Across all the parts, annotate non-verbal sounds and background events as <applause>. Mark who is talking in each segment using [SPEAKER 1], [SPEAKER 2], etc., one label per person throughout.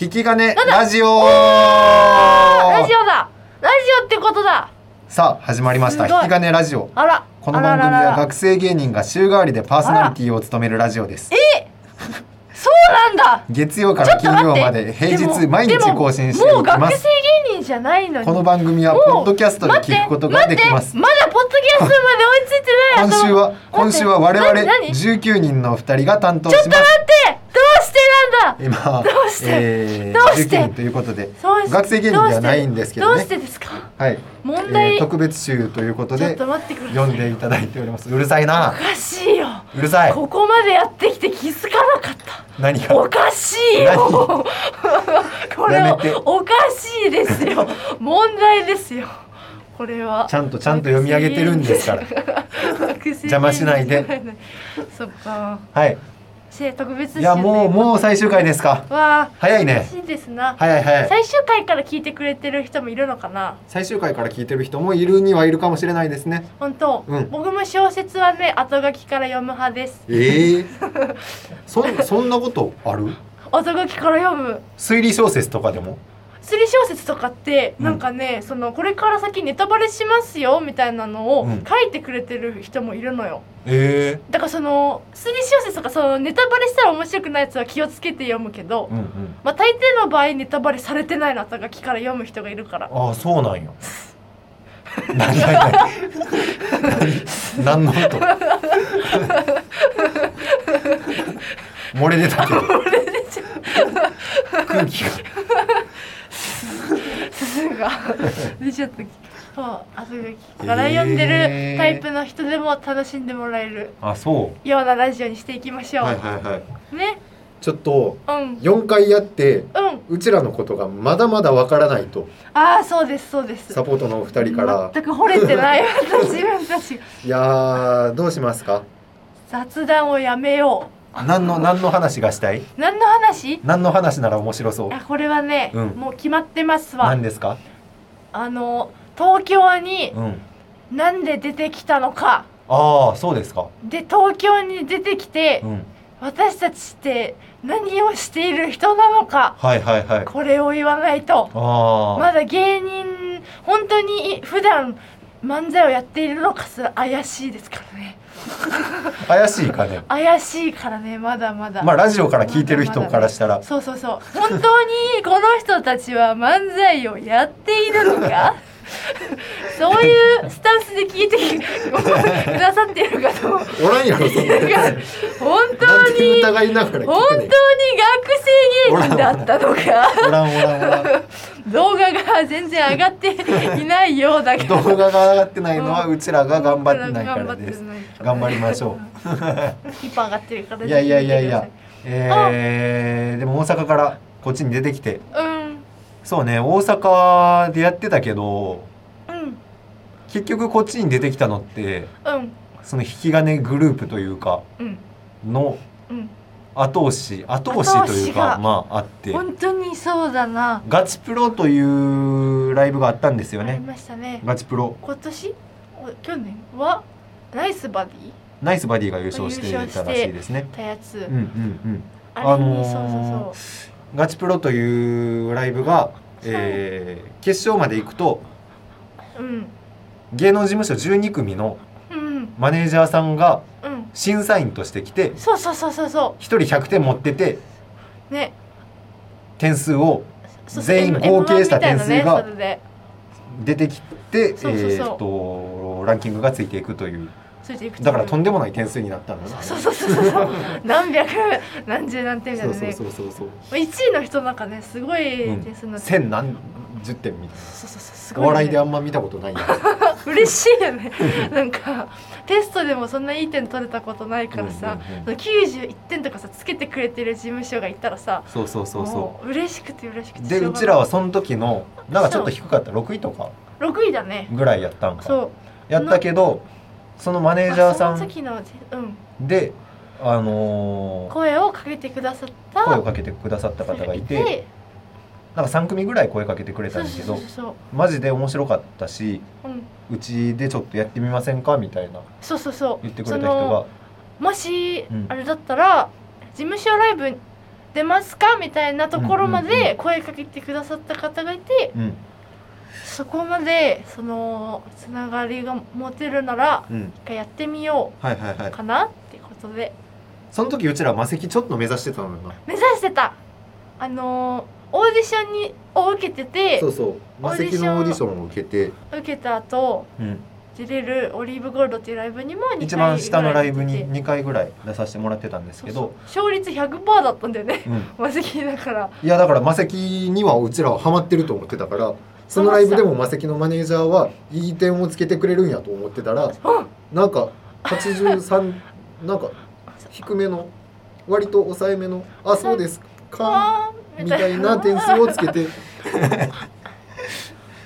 [SPEAKER 1] 引き金
[SPEAKER 2] なんだ
[SPEAKER 1] ラジオ
[SPEAKER 2] ラジオだラジオってことだ
[SPEAKER 1] さあ始まりました
[SPEAKER 2] すごい
[SPEAKER 1] 引き金ラジオ
[SPEAKER 2] あら
[SPEAKER 1] この番組
[SPEAKER 2] あらら
[SPEAKER 1] は
[SPEAKER 2] らら
[SPEAKER 1] 学生芸人が週替わりでパーソナリティを務めるラジオです
[SPEAKER 2] <laughs> そうなんだ
[SPEAKER 1] 月曜か
[SPEAKER 2] ちょ
[SPEAKER 1] ら
[SPEAKER 2] っと
[SPEAKER 1] 金曜
[SPEAKER 2] 待って
[SPEAKER 1] まで平
[SPEAKER 2] も
[SPEAKER 1] 日毎日
[SPEAKER 2] でも
[SPEAKER 1] 更新して
[SPEAKER 2] もう
[SPEAKER 1] いきま
[SPEAKER 2] 学
[SPEAKER 1] す
[SPEAKER 2] 生芸人じゃないのに
[SPEAKER 1] この番組は
[SPEAKER 2] もう
[SPEAKER 1] ポッドキャストで聞くことができます
[SPEAKER 2] 待って待ってまだポッドキャストまで追いついてない
[SPEAKER 1] 今週は今週は我
[SPEAKER 2] 何
[SPEAKER 1] 々
[SPEAKER 2] 何ちょっ
[SPEAKER 1] 19人の2人が担当
[SPEAKER 2] と待
[SPEAKER 1] し
[SPEAKER 2] って
[SPEAKER 1] ます
[SPEAKER 2] どうしてなん
[SPEAKER 1] 今
[SPEAKER 2] だどうして
[SPEAKER 1] えー
[SPEAKER 2] どうして
[SPEAKER 1] 19人ということで
[SPEAKER 2] そうし
[SPEAKER 1] 学生芸人ではないんですけどね
[SPEAKER 2] どうしてですか
[SPEAKER 1] はい
[SPEAKER 2] 問題、
[SPEAKER 1] えー特別集ということ
[SPEAKER 2] ちょっ
[SPEAKER 1] で
[SPEAKER 2] と待ってください
[SPEAKER 1] 読んでいただいておりますうるさい
[SPEAKER 2] お
[SPEAKER 1] な
[SPEAKER 2] かしいよ
[SPEAKER 1] うるさい
[SPEAKER 2] ここまでやってきて気づかなかった
[SPEAKER 1] 何が
[SPEAKER 2] おかしいよ <laughs> これ
[SPEAKER 1] や
[SPEAKER 2] は
[SPEAKER 1] めて
[SPEAKER 2] おかしいです
[SPEAKER 1] <laughs>
[SPEAKER 2] よ問題ですよこれは
[SPEAKER 1] ちゃんとちゃんと読み上げてるんです
[SPEAKER 2] <laughs>
[SPEAKER 1] から
[SPEAKER 2] 邪
[SPEAKER 1] 邪魔しないで
[SPEAKER 2] そっか
[SPEAKER 1] はい
[SPEAKER 2] せ特別集
[SPEAKER 1] いやもうもう最終回ですか
[SPEAKER 2] わあ
[SPEAKER 1] 早いね
[SPEAKER 2] 嬉しいですな、
[SPEAKER 1] 早い早い
[SPEAKER 2] 最終回から聞いてくれてる人もいるのかな
[SPEAKER 1] 最終回から聞いてる人もいるにはいるかもしれないですね
[SPEAKER 2] 本当、
[SPEAKER 1] うん
[SPEAKER 2] 僕も小説はね後書きから読む派です
[SPEAKER 1] ええそそんなことある
[SPEAKER 2] 後書きから読む
[SPEAKER 1] 推理小説とかでも
[SPEAKER 2] 推理小説とかって
[SPEAKER 1] うん
[SPEAKER 2] なんかね、そのこれから先ネタバレしますよみたいなのを
[SPEAKER 1] うん
[SPEAKER 2] 書いてくれてる人もいるのよ
[SPEAKER 1] え
[SPEAKER 2] だからその推理小説とかそのネタバレしたら面白くないやつは気をつけて読むけど、
[SPEAKER 1] うんうん
[SPEAKER 2] まあ大抵の場合ネタバレされてないの後書きから読む人がいるから
[SPEAKER 1] ああそうなんや何何何何の音漏れ出たけど
[SPEAKER 2] 漏れ出ちゃう
[SPEAKER 1] 空気が
[SPEAKER 2] <laughs> すが出ちゃったそう後書きから読んで
[SPEAKER 1] え
[SPEAKER 2] る
[SPEAKER 1] ー
[SPEAKER 2] タイプの人でも楽しんでもらえる
[SPEAKER 1] あそ
[SPEAKER 2] ようなラジオにしていきまし
[SPEAKER 1] う
[SPEAKER 2] ょう、
[SPEAKER 1] はいはい
[SPEAKER 2] ね
[SPEAKER 1] ちょっと
[SPEAKER 2] うん
[SPEAKER 1] 4回やって
[SPEAKER 2] うん
[SPEAKER 1] うちらのことがまだまだわからないと
[SPEAKER 2] ああそうですそうです
[SPEAKER 1] サポートのお二人から
[SPEAKER 2] 全く惚れてない私自分たち
[SPEAKER 1] いやーどうしますか
[SPEAKER 2] 雑談をやめよ
[SPEAKER 1] 何の何の話がしたいう
[SPEAKER 2] 何の話
[SPEAKER 1] 何の話なら面白そう
[SPEAKER 2] あこれはね、
[SPEAKER 1] うん
[SPEAKER 2] もう決まってますわ
[SPEAKER 1] 何ですか
[SPEAKER 2] あの東京に
[SPEAKER 1] うん
[SPEAKER 2] なんで出てきたのか
[SPEAKER 1] ああそうですか
[SPEAKER 2] で東京に出てきて、
[SPEAKER 1] うん
[SPEAKER 2] 私たちって何をしている人なのか
[SPEAKER 1] はいはいはい
[SPEAKER 2] これを言わないと
[SPEAKER 1] あ
[SPEAKER 2] まだ芸人本当に普段漫才をやっているのかすら怪しいですからね
[SPEAKER 1] あ怪しいかね
[SPEAKER 2] 怪しいからねまだまだ、
[SPEAKER 1] まあラジオから聞いてる人からしたら
[SPEAKER 2] そうそうそう本当にこの人たちは漫才をやっている
[SPEAKER 1] <laughs>
[SPEAKER 2] のかそういうスタンスで聞いてくださっているかと思う
[SPEAKER 1] おらんやろそんな
[SPEAKER 2] 本当
[SPEAKER 1] なんで
[SPEAKER 2] に
[SPEAKER 1] 疑いながら
[SPEAKER 2] 本当
[SPEAKER 1] 聞く
[SPEAKER 2] に
[SPEAKER 1] ね
[SPEAKER 2] 学生芸人だったのか
[SPEAKER 1] んおらんおらんおらん
[SPEAKER 2] 動画が全然上がっていないようだけど
[SPEAKER 1] 動画が上がってないのはうちらが頑張ってないからです
[SPEAKER 2] 頑張って
[SPEAKER 1] 頑張
[SPEAKER 2] ない
[SPEAKER 1] りましょ
[SPEAKER 2] 一般上がってるから
[SPEAKER 1] ういやいやいやいや
[SPEAKER 2] ぜ
[SPEAKER 1] えー、でも大阪からこっちに出てきて
[SPEAKER 2] ひ見てくださいうん
[SPEAKER 1] そうね大阪でやってたけど
[SPEAKER 2] うん
[SPEAKER 1] 結局こっちに出てきたのって
[SPEAKER 2] うん
[SPEAKER 1] その引き金グループというか
[SPEAKER 2] うん
[SPEAKER 1] の
[SPEAKER 2] うん
[SPEAKER 1] 後押し後押しという
[SPEAKER 2] 後押し
[SPEAKER 1] か
[SPEAKER 2] が
[SPEAKER 1] まああって
[SPEAKER 2] 本当にそうだな、
[SPEAKER 1] ガチプロというライブがあったんですよ
[SPEAKER 2] あり
[SPEAKER 1] ね
[SPEAKER 2] ましたね
[SPEAKER 1] ガチプロ
[SPEAKER 2] 今年お去年はナイスバディ
[SPEAKER 1] ナイスバディが優勝していたらしいですね
[SPEAKER 2] たやつ、
[SPEAKER 1] うんうんうん
[SPEAKER 2] あれに、
[SPEAKER 1] あのー
[SPEAKER 2] そうそうそ
[SPEAKER 1] ガチプロというライブが、えー決勝まで行くと
[SPEAKER 2] ううん
[SPEAKER 1] 芸能事務所12組の
[SPEAKER 2] うん
[SPEAKER 1] マネージャーさんが
[SPEAKER 2] うん
[SPEAKER 1] 審査員として来て1
[SPEAKER 2] そうそうそうそうそ
[SPEAKER 1] 人100点持ってて
[SPEAKER 2] うね
[SPEAKER 1] 点数を
[SPEAKER 2] そう
[SPEAKER 1] 全員
[SPEAKER 2] M-
[SPEAKER 1] 合計した
[SPEAKER 2] M1 みいな
[SPEAKER 1] 点
[SPEAKER 2] ね
[SPEAKER 1] 数が
[SPEAKER 2] それで
[SPEAKER 1] 出てきて
[SPEAKER 2] そうそうそう
[SPEAKER 1] えーっとランキングがついていくという
[SPEAKER 2] それでいくつ
[SPEAKER 1] だからとんでもない点数になったんだな。
[SPEAKER 2] そうそうそうそ
[SPEAKER 1] <laughs>
[SPEAKER 2] うそう何百何十何点みたい
[SPEAKER 1] そう
[SPEAKER 2] なね
[SPEAKER 1] そうそうそうそう。
[SPEAKER 2] まあ一位の人なんかねすごい
[SPEAKER 1] うん
[SPEAKER 2] 点数になってる、
[SPEAKER 1] 千何十点みたい
[SPEAKER 2] そうそうそうす
[SPEAKER 1] な。
[SPEAKER 2] ご
[SPEAKER 1] お
[SPEAKER 2] い、ね、
[SPEAKER 1] 笑いであんま見たことないやつ。
[SPEAKER 2] 嬉しいよ
[SPEAKER 1] <laughs>
[SPEAKER 2] ねなんかテストでもそんないい点取れたことないからさ、
[SPEAKER 1] うんうんうん
[SPEAKER 2] その91点とかさつけてくれてる事務所がいたらさ
[SPEAKER 1] そうそうそうそ
[SPEAKER 2] もう嬉しくて嬉しく
[SPEAKER 1] う。で
[SPEAKER 2] てしょ
[SPEAKER 1] う
[SPEAKER 2] が
[SPEAKER 1] ちらはその時のなんかちょっと低かった6位とか
[SPEAKER 2] ない6位だね
[SPEAKER 1] ぐらいやったんか。
[SPEAKER 2] そう
[SPEAKER 1] やったけどそのマネージャーさ
[SPEAKER 2] あその
[SPEAKER 1] ん
[SPEAKER 2] 時の、うん、
[SPEAKER 1] であのー
[SPEAKER 2] 声をかけてくださった
[SPEAKER 1] 声をかけてくださった方がいてなんか3組ぐらい声かけてくれた
[SPEAKER 2] そ
[SPEAKER 1] ん
[SPEAKER 2] う
[SPEAKER 1] ですけ
[SPEAKER 2] そう
[SPEAKER 1] ど
[SPEAKER 2] そうそう
[SPEAKER 1] マジで面白かったし
[SPEAKER 2] そう、うん、
[SPEAKER 1] うちでちょっとやってみませんかみたいな
[SPEAKER 2] そうそうそう
[SPEAKER 1] 言ってくれた
[SPEAKER 2] そ
[SPEAKER 1] 人
[SPEAKER 2] の
[SPEAKER 1] が
[SPEAKER 2] もし、
[SPEAKER 1] うん
[SPEAKER 2] あれだったら事務所ライブ出ますかみたいなところま
[SPEAKER 1] うんうんう
[SPEAKER 2] で声かけてくださった方がいて
[SPEAKER 1] うん
[SPEAKER 2] そこまでそのつながりが持てるなら
[SPEAKER 1] うん
[SPEAKER 2] 一回やってみよ
[SPEAKER 1] はいはいは
[SPEAKER 2] う
[SPEAKER 1] い
[SPEAKER 2] かなってことで
[SPEAKER 1] その時うちら魔石ちょっと目指してたのよな
[SPEAKER 2] 目指してたあのオーディションにを受けてて
[SPEAKER 1] そうそう魔石のオーディションを受けて、
[SPEAKER 2] 受けた後
[SPEAKER 1] うん、
[SPEAKER 2] 出れるオリーブゴールドっていうライブにも2回
[SPEAKER 1] 一番下のライブ
[SPEAKER 2] ぐら
[SPEAKER 1] に
[SPEAKER 2] い出てて
[SPEAKER 1] 2回ぐらい出させてもらってたんですけ
[SPEAKER 2] そう
[SPEAKER 1] ど
[SPEAKER 2] そう勝率100%だったんだよね <laughs>
[SPEAKER 1] うん
[SPEAKER 2] マジキだから
[SPEAKER 1] いやだから魔石にはうちらはハマってると思ってたからそのライブでも魔石のマネージャーはいい点をつけてくれるんやと思ってたら
[SPEAKER 2] うん
[SPEAKER 1] なんか83なんか低めの割と抑えめの「あそうですか」
[SPEAKER 2] あー
[SPEAKER 1] みたいな点数をつけて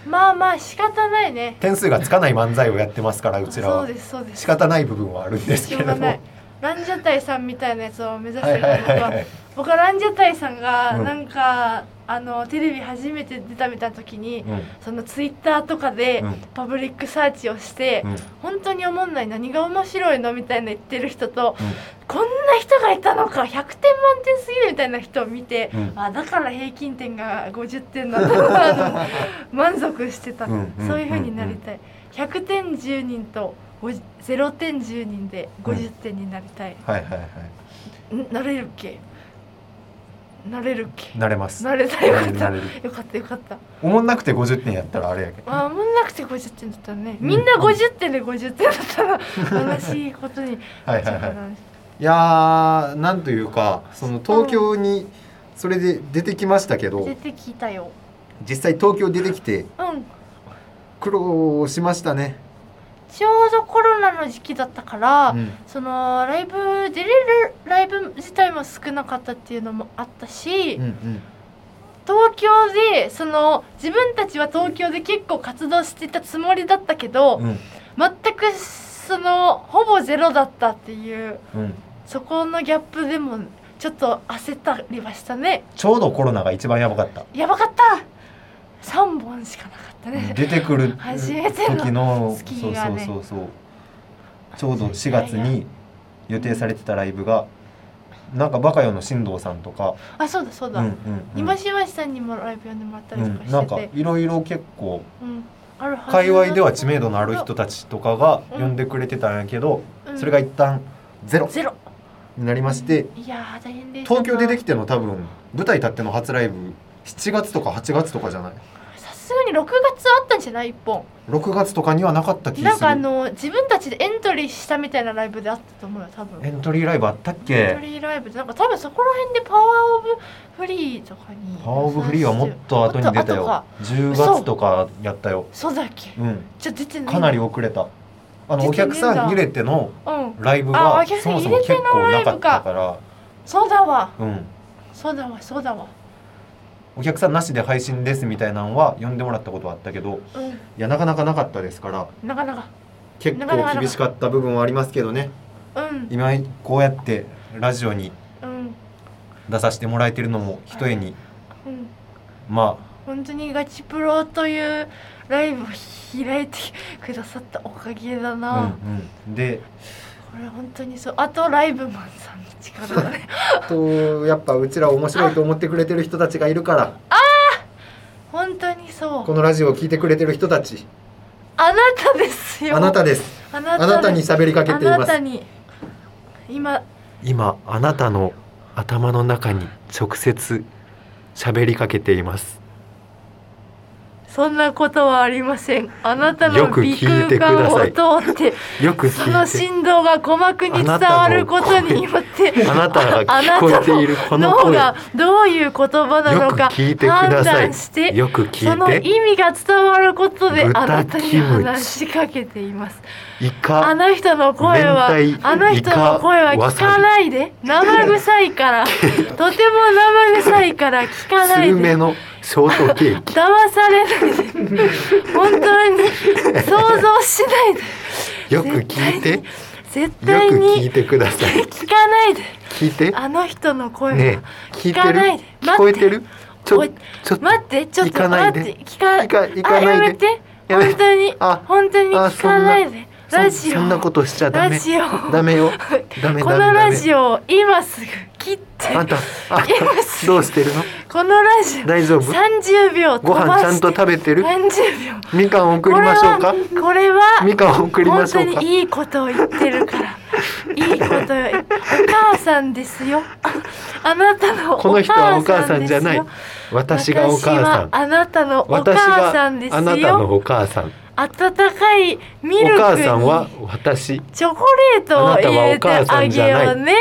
[SPEAKER 2] まあまあ仕方ないね
[SPEAKER 1] 点数がつかない漫才をやってますからうちら
[SPEAKER 2] そう
[SPEAKER 1] は
[SPEAKER 2] ですそうです
[SPEAKER 1] 仕方ない部分はあるんですけ
[SPEAKER 2] し
[SPEAKER 1] れ
[SPEAKER 2] ょう
[SPEAKER 1] ど
[SPEAKER 2] が
[SPEAKER 1] も。
[SPEAKER 2] ないランジャタイさんみたいなやつを目指し
[SPEAKER 1] は
[SPEAKER 2] て
[SPEAKER 1] い
[SPEAKER 2] るか
[SPEAKER 1] はいはい
[SPEAKER 2] ら僕は
[SPEAKER 1] はい。
[SPEAKER 2] 僕はランジャタイさんが
[SPEAKER 1] うん
[SPEAKER 2] なんか、あのテレビ初めて出たみたいな時に、
[SPEAKER 1] うん
[SPEAKER 2] そのツイッターとかで
[SPEAKER 1] うん
[SPEAKER 2] パブリックサーチをして、
[SPEAKER 1] うん
[SPEAKER 2] 本当に思んない何が面白いのみたいな言ってる人と、こんな人がいたのか100点満点すぎるみたいな人を見て、
[SPEAKER 1] うん
[SPEAKER 2] あだから平均点が50点なんだ
[SPEAKER 1] <laughs>
[SPEAKER 2] なと満足してた、
[SPEAKER 1] うんうんうん
[SPEAKER 2] そういう風になりたい100点10人と50 0点10人で50点になりたい、
[SPEAKER 1] はいはいは
[SPEAKER 2] んなれるっけなれるっけ
[SPEAKER 1] い。慣れます。
[SPEAKER 2] なれたよかっ
[SPEAKER 1] 慣
[SPEAKER 2] た
[SPEAKER 1] れる。
[SPEAKER 2] よかったよかった
[SPEAKER 1] おもんなくて50点やったらあれやけど。
[SPEAKER 2] あもんなくて50点だったねみんな50点で50点だ
[SPEAKER 1] <laughs>
[SPEAKER 2] ったら悲しいことに
[SPEAKER 1] はいはいはい。いやーなんというかその東京にそれで出てきましたけど
[SPEAKER 2] 出てきたよ
[SPEAKER 1] 実際東京出てきて
[SPEAKER 2] うん
[SPEAKER 1] 苦労しましたね。
[SPEAKER 2] ちょうどコロナの時期だったから、
[SPEAKER 1] うん
[SPEAKER 2] そのライブ出れるライブ自体も少なかったっていうのもあったし、
[SPEAKER 1] うんうん
[SPEAKER 2] 東京でその自分たちは東京で結構活動してたつもりだったけど、
[SPEAKER 1] うん
[SPEAKER 2] 全くそのほぼゼロだったっていう
[SPEAKER 1] うん。
[SPEAKER 2] そこのギャップでもちょっと焦ったりはしたね
[SPEAKER 1] ちょうどコロナが一番やばか
[SPEAKER 2] <laughs>
[SPEAKER 1] った。
[SPEAKER 2] やばかった3本しかなかったね
[SPEAKER 1] 出てくる
[SPEAKER 2] 初めての
[SPEAKER 1] 時の
[SPEAKER 2] スキ
[SPEAKER 1] そう
[SPEAKER 2] ーが
[SPEAKER 1] そう
[SPEAKER 2] ね
[SPEAKER 1] そうそうちょうど4月に予定されてたライブがなんかバカよの進藤さんとか、
[SPEAKER 2] あそうだそう
[SPEAKER 1] うんう
[SPEAKER 2] だ、
[SPEAKER 1] んうん
[SPEAKER 2] 今島さんにもライブ呼んでもらったり
[SPEAKER 1] う
[SPEAKER 2] と
[SPEAKER 1] ん
[SPEAKER 2] か
[SPEAKER 1] なん
[SPEAKER 2] して
[SPEAKER 1] か
[SPEAKER 2] て、
[SPEAKER 1] いろいろ結構
[SPEAKER 2] うんあるはずだ
[SPEAKER 1] 界隈では知名度のある人たちとかが呼んでくれてたんやけど、
[SPEAKER 2] うん
[SPEAKER 1] それが一旦ゼロ
[SPEAKER 2] ゼロ
[SPEAKER 1] になりまして
[SPEAKER 2] いやー大変でした
[SPEAKER 1] 東京出てきての多分舞台立っての初ライブ7月とか8月とかじゃない
[SPEAKER 2] さすがに6月あったんじゃない一本
[SPEAKER 1] 6月とかにはなかった気が
[SPEAKER 2] なん
[SPEAKER 1] す
[SPEAKER 2] かあ
[SPEAKER 1] る
[SPEAKER 2] の自分たちでエントリーしたみたいなライブであったと思うよ多分
[SPEAKER 1] エントリーライブあったっ
[SPEAKER 2] エン
[SPEAKER 1] け
[SPEAKER 2] トリーライブでなんか多分そこら辺でパワーオブフリーとかに
[SPEAKER 1] パワーオブフリーはもっと後に出た
[SPEAKER 2] もっと後
[SPEAKER 1] よ
[SPEAKER 2] か。
[SPEAKER 1] 10月とかやったよ。
[SPEAKER 2] そうだっけ
[SPEAKER 1] うん、
[SPEAKER 2] じゃあ出てない
[SPEAKER 1] かなり遅れた。あのお
[SPEAKER 2] 実は
[SPEAKER 1] 客さん入れての
[SPEAKER 2] うん
[SPEAKER 1] ライブ
[SPEAKER 2] あ
[SPEAKER 1] が
[SPEAKER 2] お客さ
[SPEAKER 1] そ
[SPEAKER 2] ん
[SPEAKER 1] もそ
[SPEAKER 2] 入
[SPEAKER 1] も
[SPEAKER 2] れて
[SPEAKER 1] 結
[SPEAKER 2] の
[SPEAKER 1] 構
[SPEAKER 2] ラ
[SPEAKER 1] な
[SPEAKER 2] イ
[SPEAKER 1] かっ
[SPEAKER 2] ブか
[SPEAKER 1] たから、
[SPEAKER 2] そうだわ
[SPEAKER 1] うん、
[SPEAKER 2] そうだわそうだわ
[SPEAKER 1] お客さんなしで配信ですみたいなのは呼んでもらったことはあったけど、
[SPEAKER 2] う
[SPEAKER 1] いやなかなかなかったですから、
[SPEAKER 2] んなかなか
[SPEAKER 1] 結
[SPEAKER 2] なかなか
[SPEAKER 1] 構
[SPEAKER 2] なか
[SPEAKER 1] 厳しかった部分はありますけどね。
[SPEAKER 2] うん
[SPEAKER 1] 今こうやってラジオに
[SPEAKER 2] うん
[SPEAKER 1] 出させてもらえてるのもひとえに、
[SPEAKER 2] うん
[SPEAKER 1] ま
[SPEAKER 2] 本当にガチプロというライブを開いてくださったおかげだ
[SPEAKER 1] あ、
[SPEAKER 2] な、
[SPEAKER 1] うんうん、で
[SPEAKER 2] これ本当にそうあとライブマンさんの力だね
[SPEAKER 1] とやっぱうちら面白いと思ってくれてる人たちがいるから、
[SPEAKER 2] 本当にそう
[SPEAKER 1] このラジオを聞いてくれてる人たち。
[SPEAKER 2] あなたですよ
[SPEAKER 1] あなたです。
[SPEAKER 2] あ
[SPEAKER 1] あ
[SPEAKER 2] な
[SPEAKER 1] なたに
[SPEAKER 2] です
[SPEAKER 1] 喋りかけてい
[SPEAKER 2] あ
[SPEAKER 1] ま
[SPEAKER 2] なた
[SPEAKER 1] す。
[SPEAKER 2] に今
[SPEAKER 1] 今あなたの頭の中に直接喋りかけています。
[SPEAKER 2] そんなことはありませんあなた
[SPEAKER 1] よ
[SPEAKER 2] の
[SPEAKER 1] く聞
[SPEAKER 2] 鼻
[SPEAKER 1] いて
[SPEAKER 2] 腔
[SPEAKER 1] くだ
[SPEAKER 2] 間
[SPEAKER 1] さ
[SPEAKER 2] を
[SPEAKER 1] い
[SPEAKER 2] 通って
[SPEAKER 1] よく
[SPEAKER 2] その
[SPEAKER 1] 聞いて。
[SPEAKER 2] 振動が鼓膜に伝わることによって
[SPEAKER 1] あなたが聞こえているこの
[SPEAKER 2] 脳
[SPEAKER 1] 声。
[SPEAKER 2] がどういう言葉な
[SPEAKER 1] よ
[SPEAKER 2] の
[SPEAKER 1] く
[SPEAKER 2] か
[SPEAKER 1] 聞いてくだ
[SPEAKER 2] 判
[SPEAKER 1] さ
[SPEAKER 2] 断して
[SPEAKER 1] い。よく
[SPEAKER 2] その
[SPEAKER 1] 聞いて。
[SPEAKER 2] 意味が伝わることで
[SPEAKER 1] 豚
[SPEAKER 2] あなたに
[SPEAKER 1] キムチ
[SPEAKER 2] 話しかけています
[SPEAKER 1] イ
[SPEAKER 2] あ
[SPEAKER 1] カ。
[SPEAKER 2] の人の声は
[SPEAKER 1] 明太
[SPEAKER 2] あの人の声は
[SPEAKER 1] イカわ
[SPEAKER 2] 聞
[SPEAKER 1] さび
[SPEAKER 2] かないで生臭いからとても生臭いから聞か
[SPEAKER 1] ス
[SPEAKER 2] な
[SPEAKER 1] ル
[SPEAKER 2] い
[SPEAKER 1] メ
[SPEAKER 2] で
[SPEAKER 1] のショートケーキ。
[SPEAKER 2] 騙されないで本当に想像しないで
[SPEAKER 1] よく聞いて。よ
[SPEAKER 2] 絶
[SPEAKER 1] く
[SPEAKER 2] 対
[SPEAKER 1] 聞い
[SPEAKER 2] に
[SPEAKER 1] てください。
[SPEAKER 2] 聞かないで
[SPEAKER 1] 聞いて。
[SPEAKER 2] あの人の声は、
[SPEAKER 1] ねえ、聞いて
[SPEAKER 2] 聞か
[SPEAKER 1] る
[SPEAKER 2] ないで。
[SPEAKER 1] 聞こえてる。ち
[SPEAKER 2] お
[SPEAKER 1] ょ、
[SPEAKER 2] い
[SPEAKER 1] ちょっと。
[SPEAKER 2] 待ってちょっ
[SPEAKER 1] 行か
[SPEAKER 2] と
[SPEAKER 1] ない
[SPEAKER 2] 待
[SPEAKER 1] で
[SPEAKER 2] って聞か
[SPEAKER 1] 行か行
[SPEAKER 2] あ
[SPEAKER 1] かないで
[SPEAKER 2] やめて
[SPEAKER 1] やめ
[SPEAKER 2] 本当に
[SPEAKER 1] あ
[SPEAKER 2] 本当に
[SPEAKER 1] あ
[SPEAKER 2] 聞かないでラジオ
[SPEAKER 3] そんなことしちゃダ
[SPEAKER 2] ラ
[SPEAKER 3] メ
[SPEAKER 2] ジオ
[SPEAKER 3] ダメ
[SPEAKER 2] <laughs>
[SPEAKER 3] よダメダメ
[SPEAKER 2] こ
[SPEAKER 3] ダ
[SPEAKER 2] の
[SPEAKER 3] メ
[SPEAKER 2] ラジオ今すぐ切って
[SPEAKER 3] あんたあんた
[SPEAKER 2] 今すぐ
[SPEAKER 3] どうしてるの
[SPEAKER 2] このラジオ
[SPEAKER 3] 大丈夫
[SPEAKER 2] 30秒飛
[SPEAKER 3] ご
[SPEAKER 2] ば
[SPEAKER 3] 飯ちゃ
[SPEAKER 2] し
[SPEAKER 3] ん
[SPEAKER 2] て
[SPEAKER 3] と食べてる
[SPEAKER 2] 30秒
[SPEAKER 3] みかん送りましょうか
[SPEAKER 2] これは
[SPEAKER 3] みかん送りま
[SPEAKER 2] 本
[SPEAKER 3] しょ
[SPEAKER 2] 当
[SPEAKER 3] うか
[SPEAKER 2] にいいことを言ってるから
[SPEAKER 3] <laughs>
[SPEAKER 2] いいことよお母さんですよあなたのお
[SPEAKER 3] この人はお母
[SPEAKER 2] 母
[SPEAKER 3] さ
[SPEAKER 2] さ
[SPEAKER 3] ん
[SPEAKER 2] ん
[SPEAKER 3] じゃない
[SPEAKER 2] ですよ
[SPEAKER 3] 私がお母
[SPEAKER 2] 私
[SPEAKER 3] さ
[SPEAKER 2] は
[SPEAKER 3] ん
[SPEAKER 2] あなたのお
[SPEAKER 3] 私
[SPEAKER 2] 母さんで
[SPEAKER 3] が
[SPEAKER 2] すよ
[SPEAKER 3] あなたのお母さん
[SPEAKER 2] 温かいミ
[SPEAKER 3] お
[SPEAKER 2] ルク
[SPEAKER 3] 母さんは
[SPEAKER 2] に
[SPEAKER 3] 私
[SPEAKER 2] チョコレートを入れてあげようね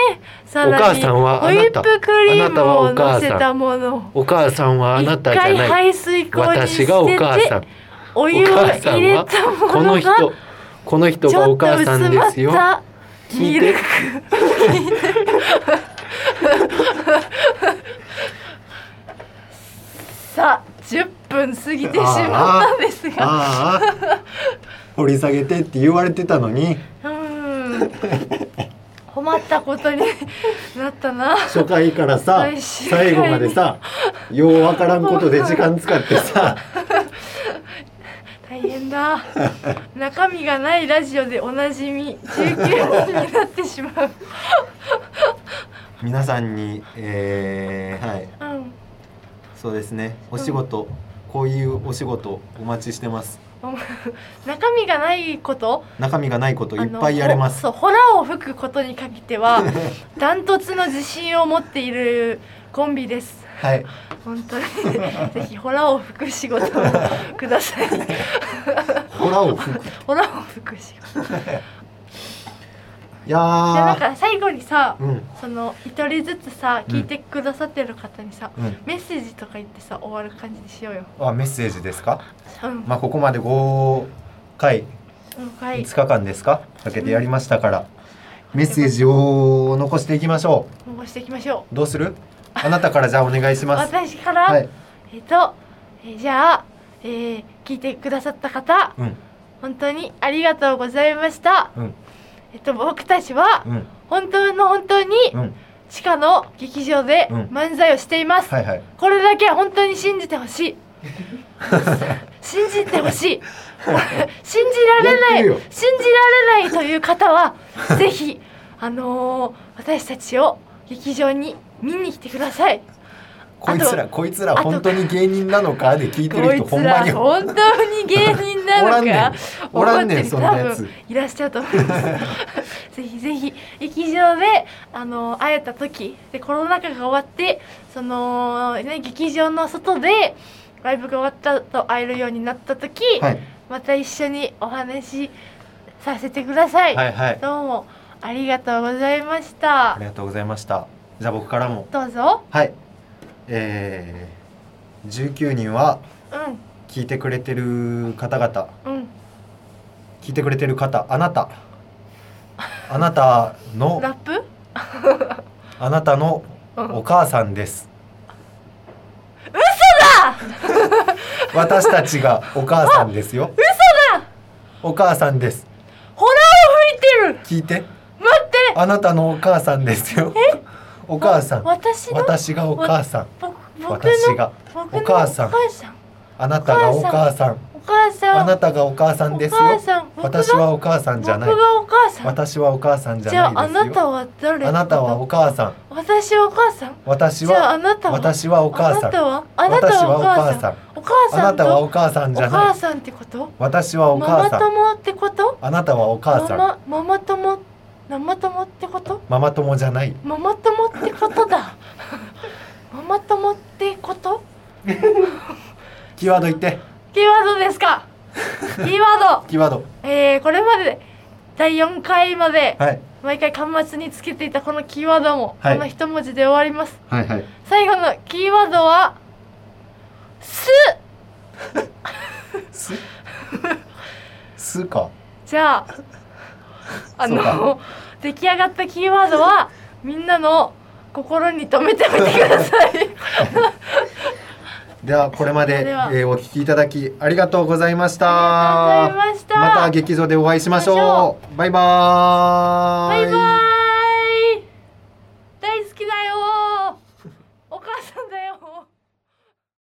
[SPEAKER 2] さ
[SPEAKER 3] お
[SPEAKER 2] ら
[SPEAKER 3] 母
[SPEAKER 2] に
[SPEAKER 3] さんはあ
[SPEAKER 2] ホイ
[SPEAKER 3] な
[SPEAKER 2] ッ
[SPEAKER 3] た
[SPEAKER 2] プクリ
[SPEAKER 3] あ
[SPEAKER 2] ー
[SPEAKER 3] なた
[SPEAKER 2] ム
[SPEAKER 3] は
[SPEAKER 2] を
[SPEAKER 3] お母さ
[SPEAKER 2] の
[SPEAKER 3] ん
[SPEAKER 2] せたものを
[SPEAKER 3] お母さんはあなたじゃ
[SPEAKER 2] 一回
[SPEAKER 3] ない
[SPEAKER 2] 排水口に
[SPEAKER 3] 私
[SPEAKER 2] 捨
[SPEAKER 3] がお母
[SPEAKER 2] て
[SPEAKER 3] さ
[SPEAKER 2] て
[SPEAKER 3] ん
[SPEAKER 2] お
[SPEAKER 3] お
[SPEAKER 2] 湯を
[SPEAKER 3] 母さ
[SPEAKER 2] 入
[SPEAKER 3] ん
[SPEAKER 2] れ
[SPEAKER 3] は
[SPEAKER 2] たも
[SPEAKER 3] この
[SPEAKER 2] のが
[SPEAKER 3] 人この人
[SPEAKER 2] ち
[SPEAKER 3] が
[SPEAKER 2] ょ
[SPEAKER 3] お
[SPEAKER 2] っと
[SPEAKER 3] 母さん
[SPEAKER 2] 薄
[SPEAKER 3] で
[SPEAKER 2] ます
[SPEAKER 3] よ
[SPEAKER 2] った
[SPEAKER 3] 聞
[SPEAKER 2] ミ
[SPEAKER 3] い
[SPEAKER 2] ル
[SPEAKER 3] て
[SPEAKER 2] ク <laughs> さあ10分過ぎてしまったんですが
[SPEAKER 1] ああ掘り下げてって言われてたのに
[SPEAKER 2] うーん困ったことになったな
[SPEAKER 1] 初回からさ
[SPEAKER 2] 最終回に
[SPEAKER 1] 最後までさようわからんことで時間使って
[SPEAKER 2] <laughs>
[SPEAKER 1] さ
[SPEAKER 2] 大変だ中身がないラジオでおなじみ19人になってしまう、
[SPEAKER 1] 皆さんにえー、はい
[SPEAKER 2] うん、
[SPEAKER 1] そうですねお仕事、こういうお仕事お待ちしてます
[SPEAKER 2] お中身がないこと
[SPEAKER 1] 中身がないことい
[SPEAKER 2] あ
[SPEAKER 1] っ
[SPEAKER 2] の
[SPEAKER 1] ぱいやれま
[SPEAKER 2] ほ
[SPEAKER 1] す
[SPEAKER 2] そうホラーを吹くことに限って
[SPEAKER 1] <laughs>
[SPEAKER 2] はダントツの自信を持っているコンビです
[SPEAKER 1] はい
[SPEAKER 2] 本
[SPEAKER 1] <laughs>
[SPEAKER 2] 当にぜひホラーを吹く仕事をくだ
[SPEAKER 1] <laughs>
[SPEAKER 2] さい
[SPEAKER 1] ホラを吹く
[SPEAKER 2] ホラーを吹く仕事じ
[SPEAKER 1] いや
[SPEAKER 2] ゃあなん
[SPEAKER 1] ー
[SPEAKER 2] か最後にさ
[SPEAKER 1] うん
[SPEAKER 2] その一人ずつさ
[SPEAKER 1] うん
[SPEAKER 2] 聞いてくださってる方にさ、
[SPEAKER 1] うん
[SPEAKER 2] メッセージとか言ってさ終わる感じにしようよ
[SPEAKER 1] あメッセージですか
[SPEAKER 2] うん、
[SPEAKER 1] まあここまで5回
[SPEAKER 2] はい
[SPEAKER 1] 5日間ですかかけてやりましたからメッセージを残していきましょ
[SPEAKER 2] 残していきましょ
[SPEAKER 1] うどうするあなたからじゃあお願いし
[SPEAKER 2] う
[SPEAKER 1] ます
[SPEAKER 2] 私から、
[SPEAKER 1] はい
[SPEAKER 2] えっ、と、えーじゃあ、えー聞いてくださった方
[SPEAKER 1] うん
[SPEAKER 2] 本当にありがとうございました、
[SPEAKER 1] うん
[SPEAKER 2] えっと僕たちは
[SPEAKER 1] うん
[SPEAKER 2] 本当の本当に
[SPEAKER 1] うん
[SPEAKER 2] 地下の劇場で
[SPEAKER 1] うん
[SPEAKER 2] 漫才をしています、
[SPEAKER 1] はいはい
[SPEAKER 2] これだけは本当に信じて
[SPEAKER 1] <laughs>
[SPEAKER 2] ほしい信じてほしい信じられ
[SPEAKER 1] や
[SPEAKER 2] な
[SPEAKER 1] って
[SPEAKER 2] い
[SPEAKER 1] るよ
[SPEAKER 2] 信じられないという方は <laughs> ぜひあのー私たちを劇場に見に来てください
[SPEAKER 1] こいつら
[SPEAKER 2] あ
[SPEAKER 1] こいつら本当に芸人なのかで聞いて
[SPEAKER 2] こ
[SPEAKER 1] る
[SPEAKER 2] い
[SPEAKER 1] 人ほ
[SPEAKER 2] つ
[SPEAKER 1] んま
[SPEAKER 2] ら
[SPEAKER 1] に
[SPEAKER 2] 本当に芸人な
[SPEAKER 1] おらん
[SPEAKER 2] の
[SPEAKER 1] ねん
[SPEAKER 2] か
[SPEAKER 1] おらんねんそんなや
[SPEAKER 2] 多
[SPEAKER 1] つ
[SPEAKER 2] 分いらっしゃると思います <laughs> ぜひぜひ劇場であの会えた時でコロナ禍が終わってその、ね、劇場の外でライブが終わったと会えるようになった時、
[SPEAKER 1] はい
[SPEAKER 2] また一緒にお話しさせてください、
[SPEAKER 1] はいはい
[SPEAKER 2] どうもありがとうございまし
[SPEAKER 1] あ
[SPEAKER 2] た
[SPEAKER 1] りがとうございましたじゃあ僕からも
[SPEAKER 2] どうぞ
[SPEAKER 1] はいえー、19人は
[SPEAKER 2] う
[SPEAKER 1] 聞いてくれてる方々
[SPEAKER 2] んうん
[SPEAKER 1] 聞いてくれてる方あな
[SPEAKER 2] <laughs>
[SPEAKER 1] たあなたの
[SPEAKER 2] ラップ
[SPEAKER 1] あなたのお母さんです嘘だ <laughs> 私たちがお母さんですよ
[SPEAKER 2] <laughs>
[SPEAKER 1] 嘘だお母さんです
[SPEAKER 2] ホラーを吹
[SPEAKER 1] 聞
[SPEAKER 2] いてる
[SPEAKER 1] いて
[SPEAKER 2] 待って
[SPEAKER 1] あなたのお母さんですよ <laughs> お母さん
[SPEAKER 2] 私の
[SPEAKER 1] 私がお母さん
[SPEAKER 2] 僕僕
[SPEAKER 1] 私
[SPEAKER 2] の
[SPEAKER 1] が
[SPEAKER 2] 僕の
[SPEAKER 1] お母さん
[SPEAKER 2] お母さん
[SPEAKER 1] あなたがお母さん
[SPEAKER 2] お母さん
[SPEAKER 1] あなたがお母さんですよ
[SPEAKER 2] お母さん僕が
[SPEAKER 1] 私はお母さんじゃない
[SPEAKER 2] 僕がお母さん
[SPEAKER 1] 私はお母さんじ
[SPEAKER 2] じゃ
[SPEAKER 1] ゃ
[SPEAKER 2] あ
[SPEAKER 1] な
[SPEAKER 2] あ
[SPEAKER 1] いですよ
[SPEAKER 2] なたは誰
[SPEAKER 1] あなたはお母さん
[SPEAKER 2] 私はお母さん
[SPEAKER 1] 私
[SPEAKER 2] じゃああ
[SPEAKER 1] は
[SPEAKER 2] なたは
[SPEAKER 1] 私はお母さ
[SPEAKER 2] あなた
[SPEAKER 1] ん
[SPEAKER 2] はあなたはお母さんお母
[SPEAKER 1] あ
[SPEAKER 2] さん
[SPEAKER 1] なたはお
[SPEAKER 2] と
[SPEAKER 1] 母さんじゃ
[SPEAKER 2] お
[SPEAKER 1] な
[SPEAKER 2] 母
[SPEAKER 1] い
[SPEAKER 2] さんってこと
[SPEAKER 1] 私はお
[SPEAKER 2] マ
[SPEAKER 1] 母
[SPEAKER 2] マ
[SPEAKER 1] さん
[SPEAKER 2] 友ってこと
[SPEAKER 1] あなたはお母さ
[SPEAKER 2] マ
[SPEAKER 1] ん
[SPEAKER 2] マママ友ママ友ってこと
[SPEAKER 1] ママ友じゃない
[SPEAKER 2] ママ友ってこと
[SPEAKER 1] <laughs>
[SPEAKER 2] だママ友ってこと
[SPEAKER 1] キーワード言って
[SPEAKER 2] キーワードですかキーワード
[SPEAKER 1] キーワード
[SPEAKER 2] えー、これまで第4回まで
[SPEAKER 1] はい
[SPEAKER 2] 毎回端末につけていたこのキーワードも、
[SPEAKER 1] はい
[SPEAKER 2] この一文字で終わります
[SPEAKER 1] はいはい
[SPEAKER 2] 最後のキーワードは「す
[SPEAKER 1] すすか」
[SPEAKER 2] じ
[SPEAKER 1] <laughs>
[SPEAKER 2] ゃああ
[SPEAKER 1] そうか
[SPEAKER 2] の出来上がったキーワー
[SPEAKER 1] <laughs>
[SPEAKER 2] ドはみんなの心に留めておいてくださ
[SPEAKER 1] <laughs>
[SPEAKER 2] い
[SPEAKER 1] ではこれまで
[SPEAKER 2] それでは
[SPEAKER 1] えーお聞きいただきありがとうございまし
[SPEAKER 2] あ
[SPEAKER 1] た
[SPEAKER 2] りがとうございました
[SPEAKER 1] また劇場でお会いしまし
[SPEAKER 2] しまし
[SPEAKER 1] ょうバイバー
[SPEAKER 2] バイバーイ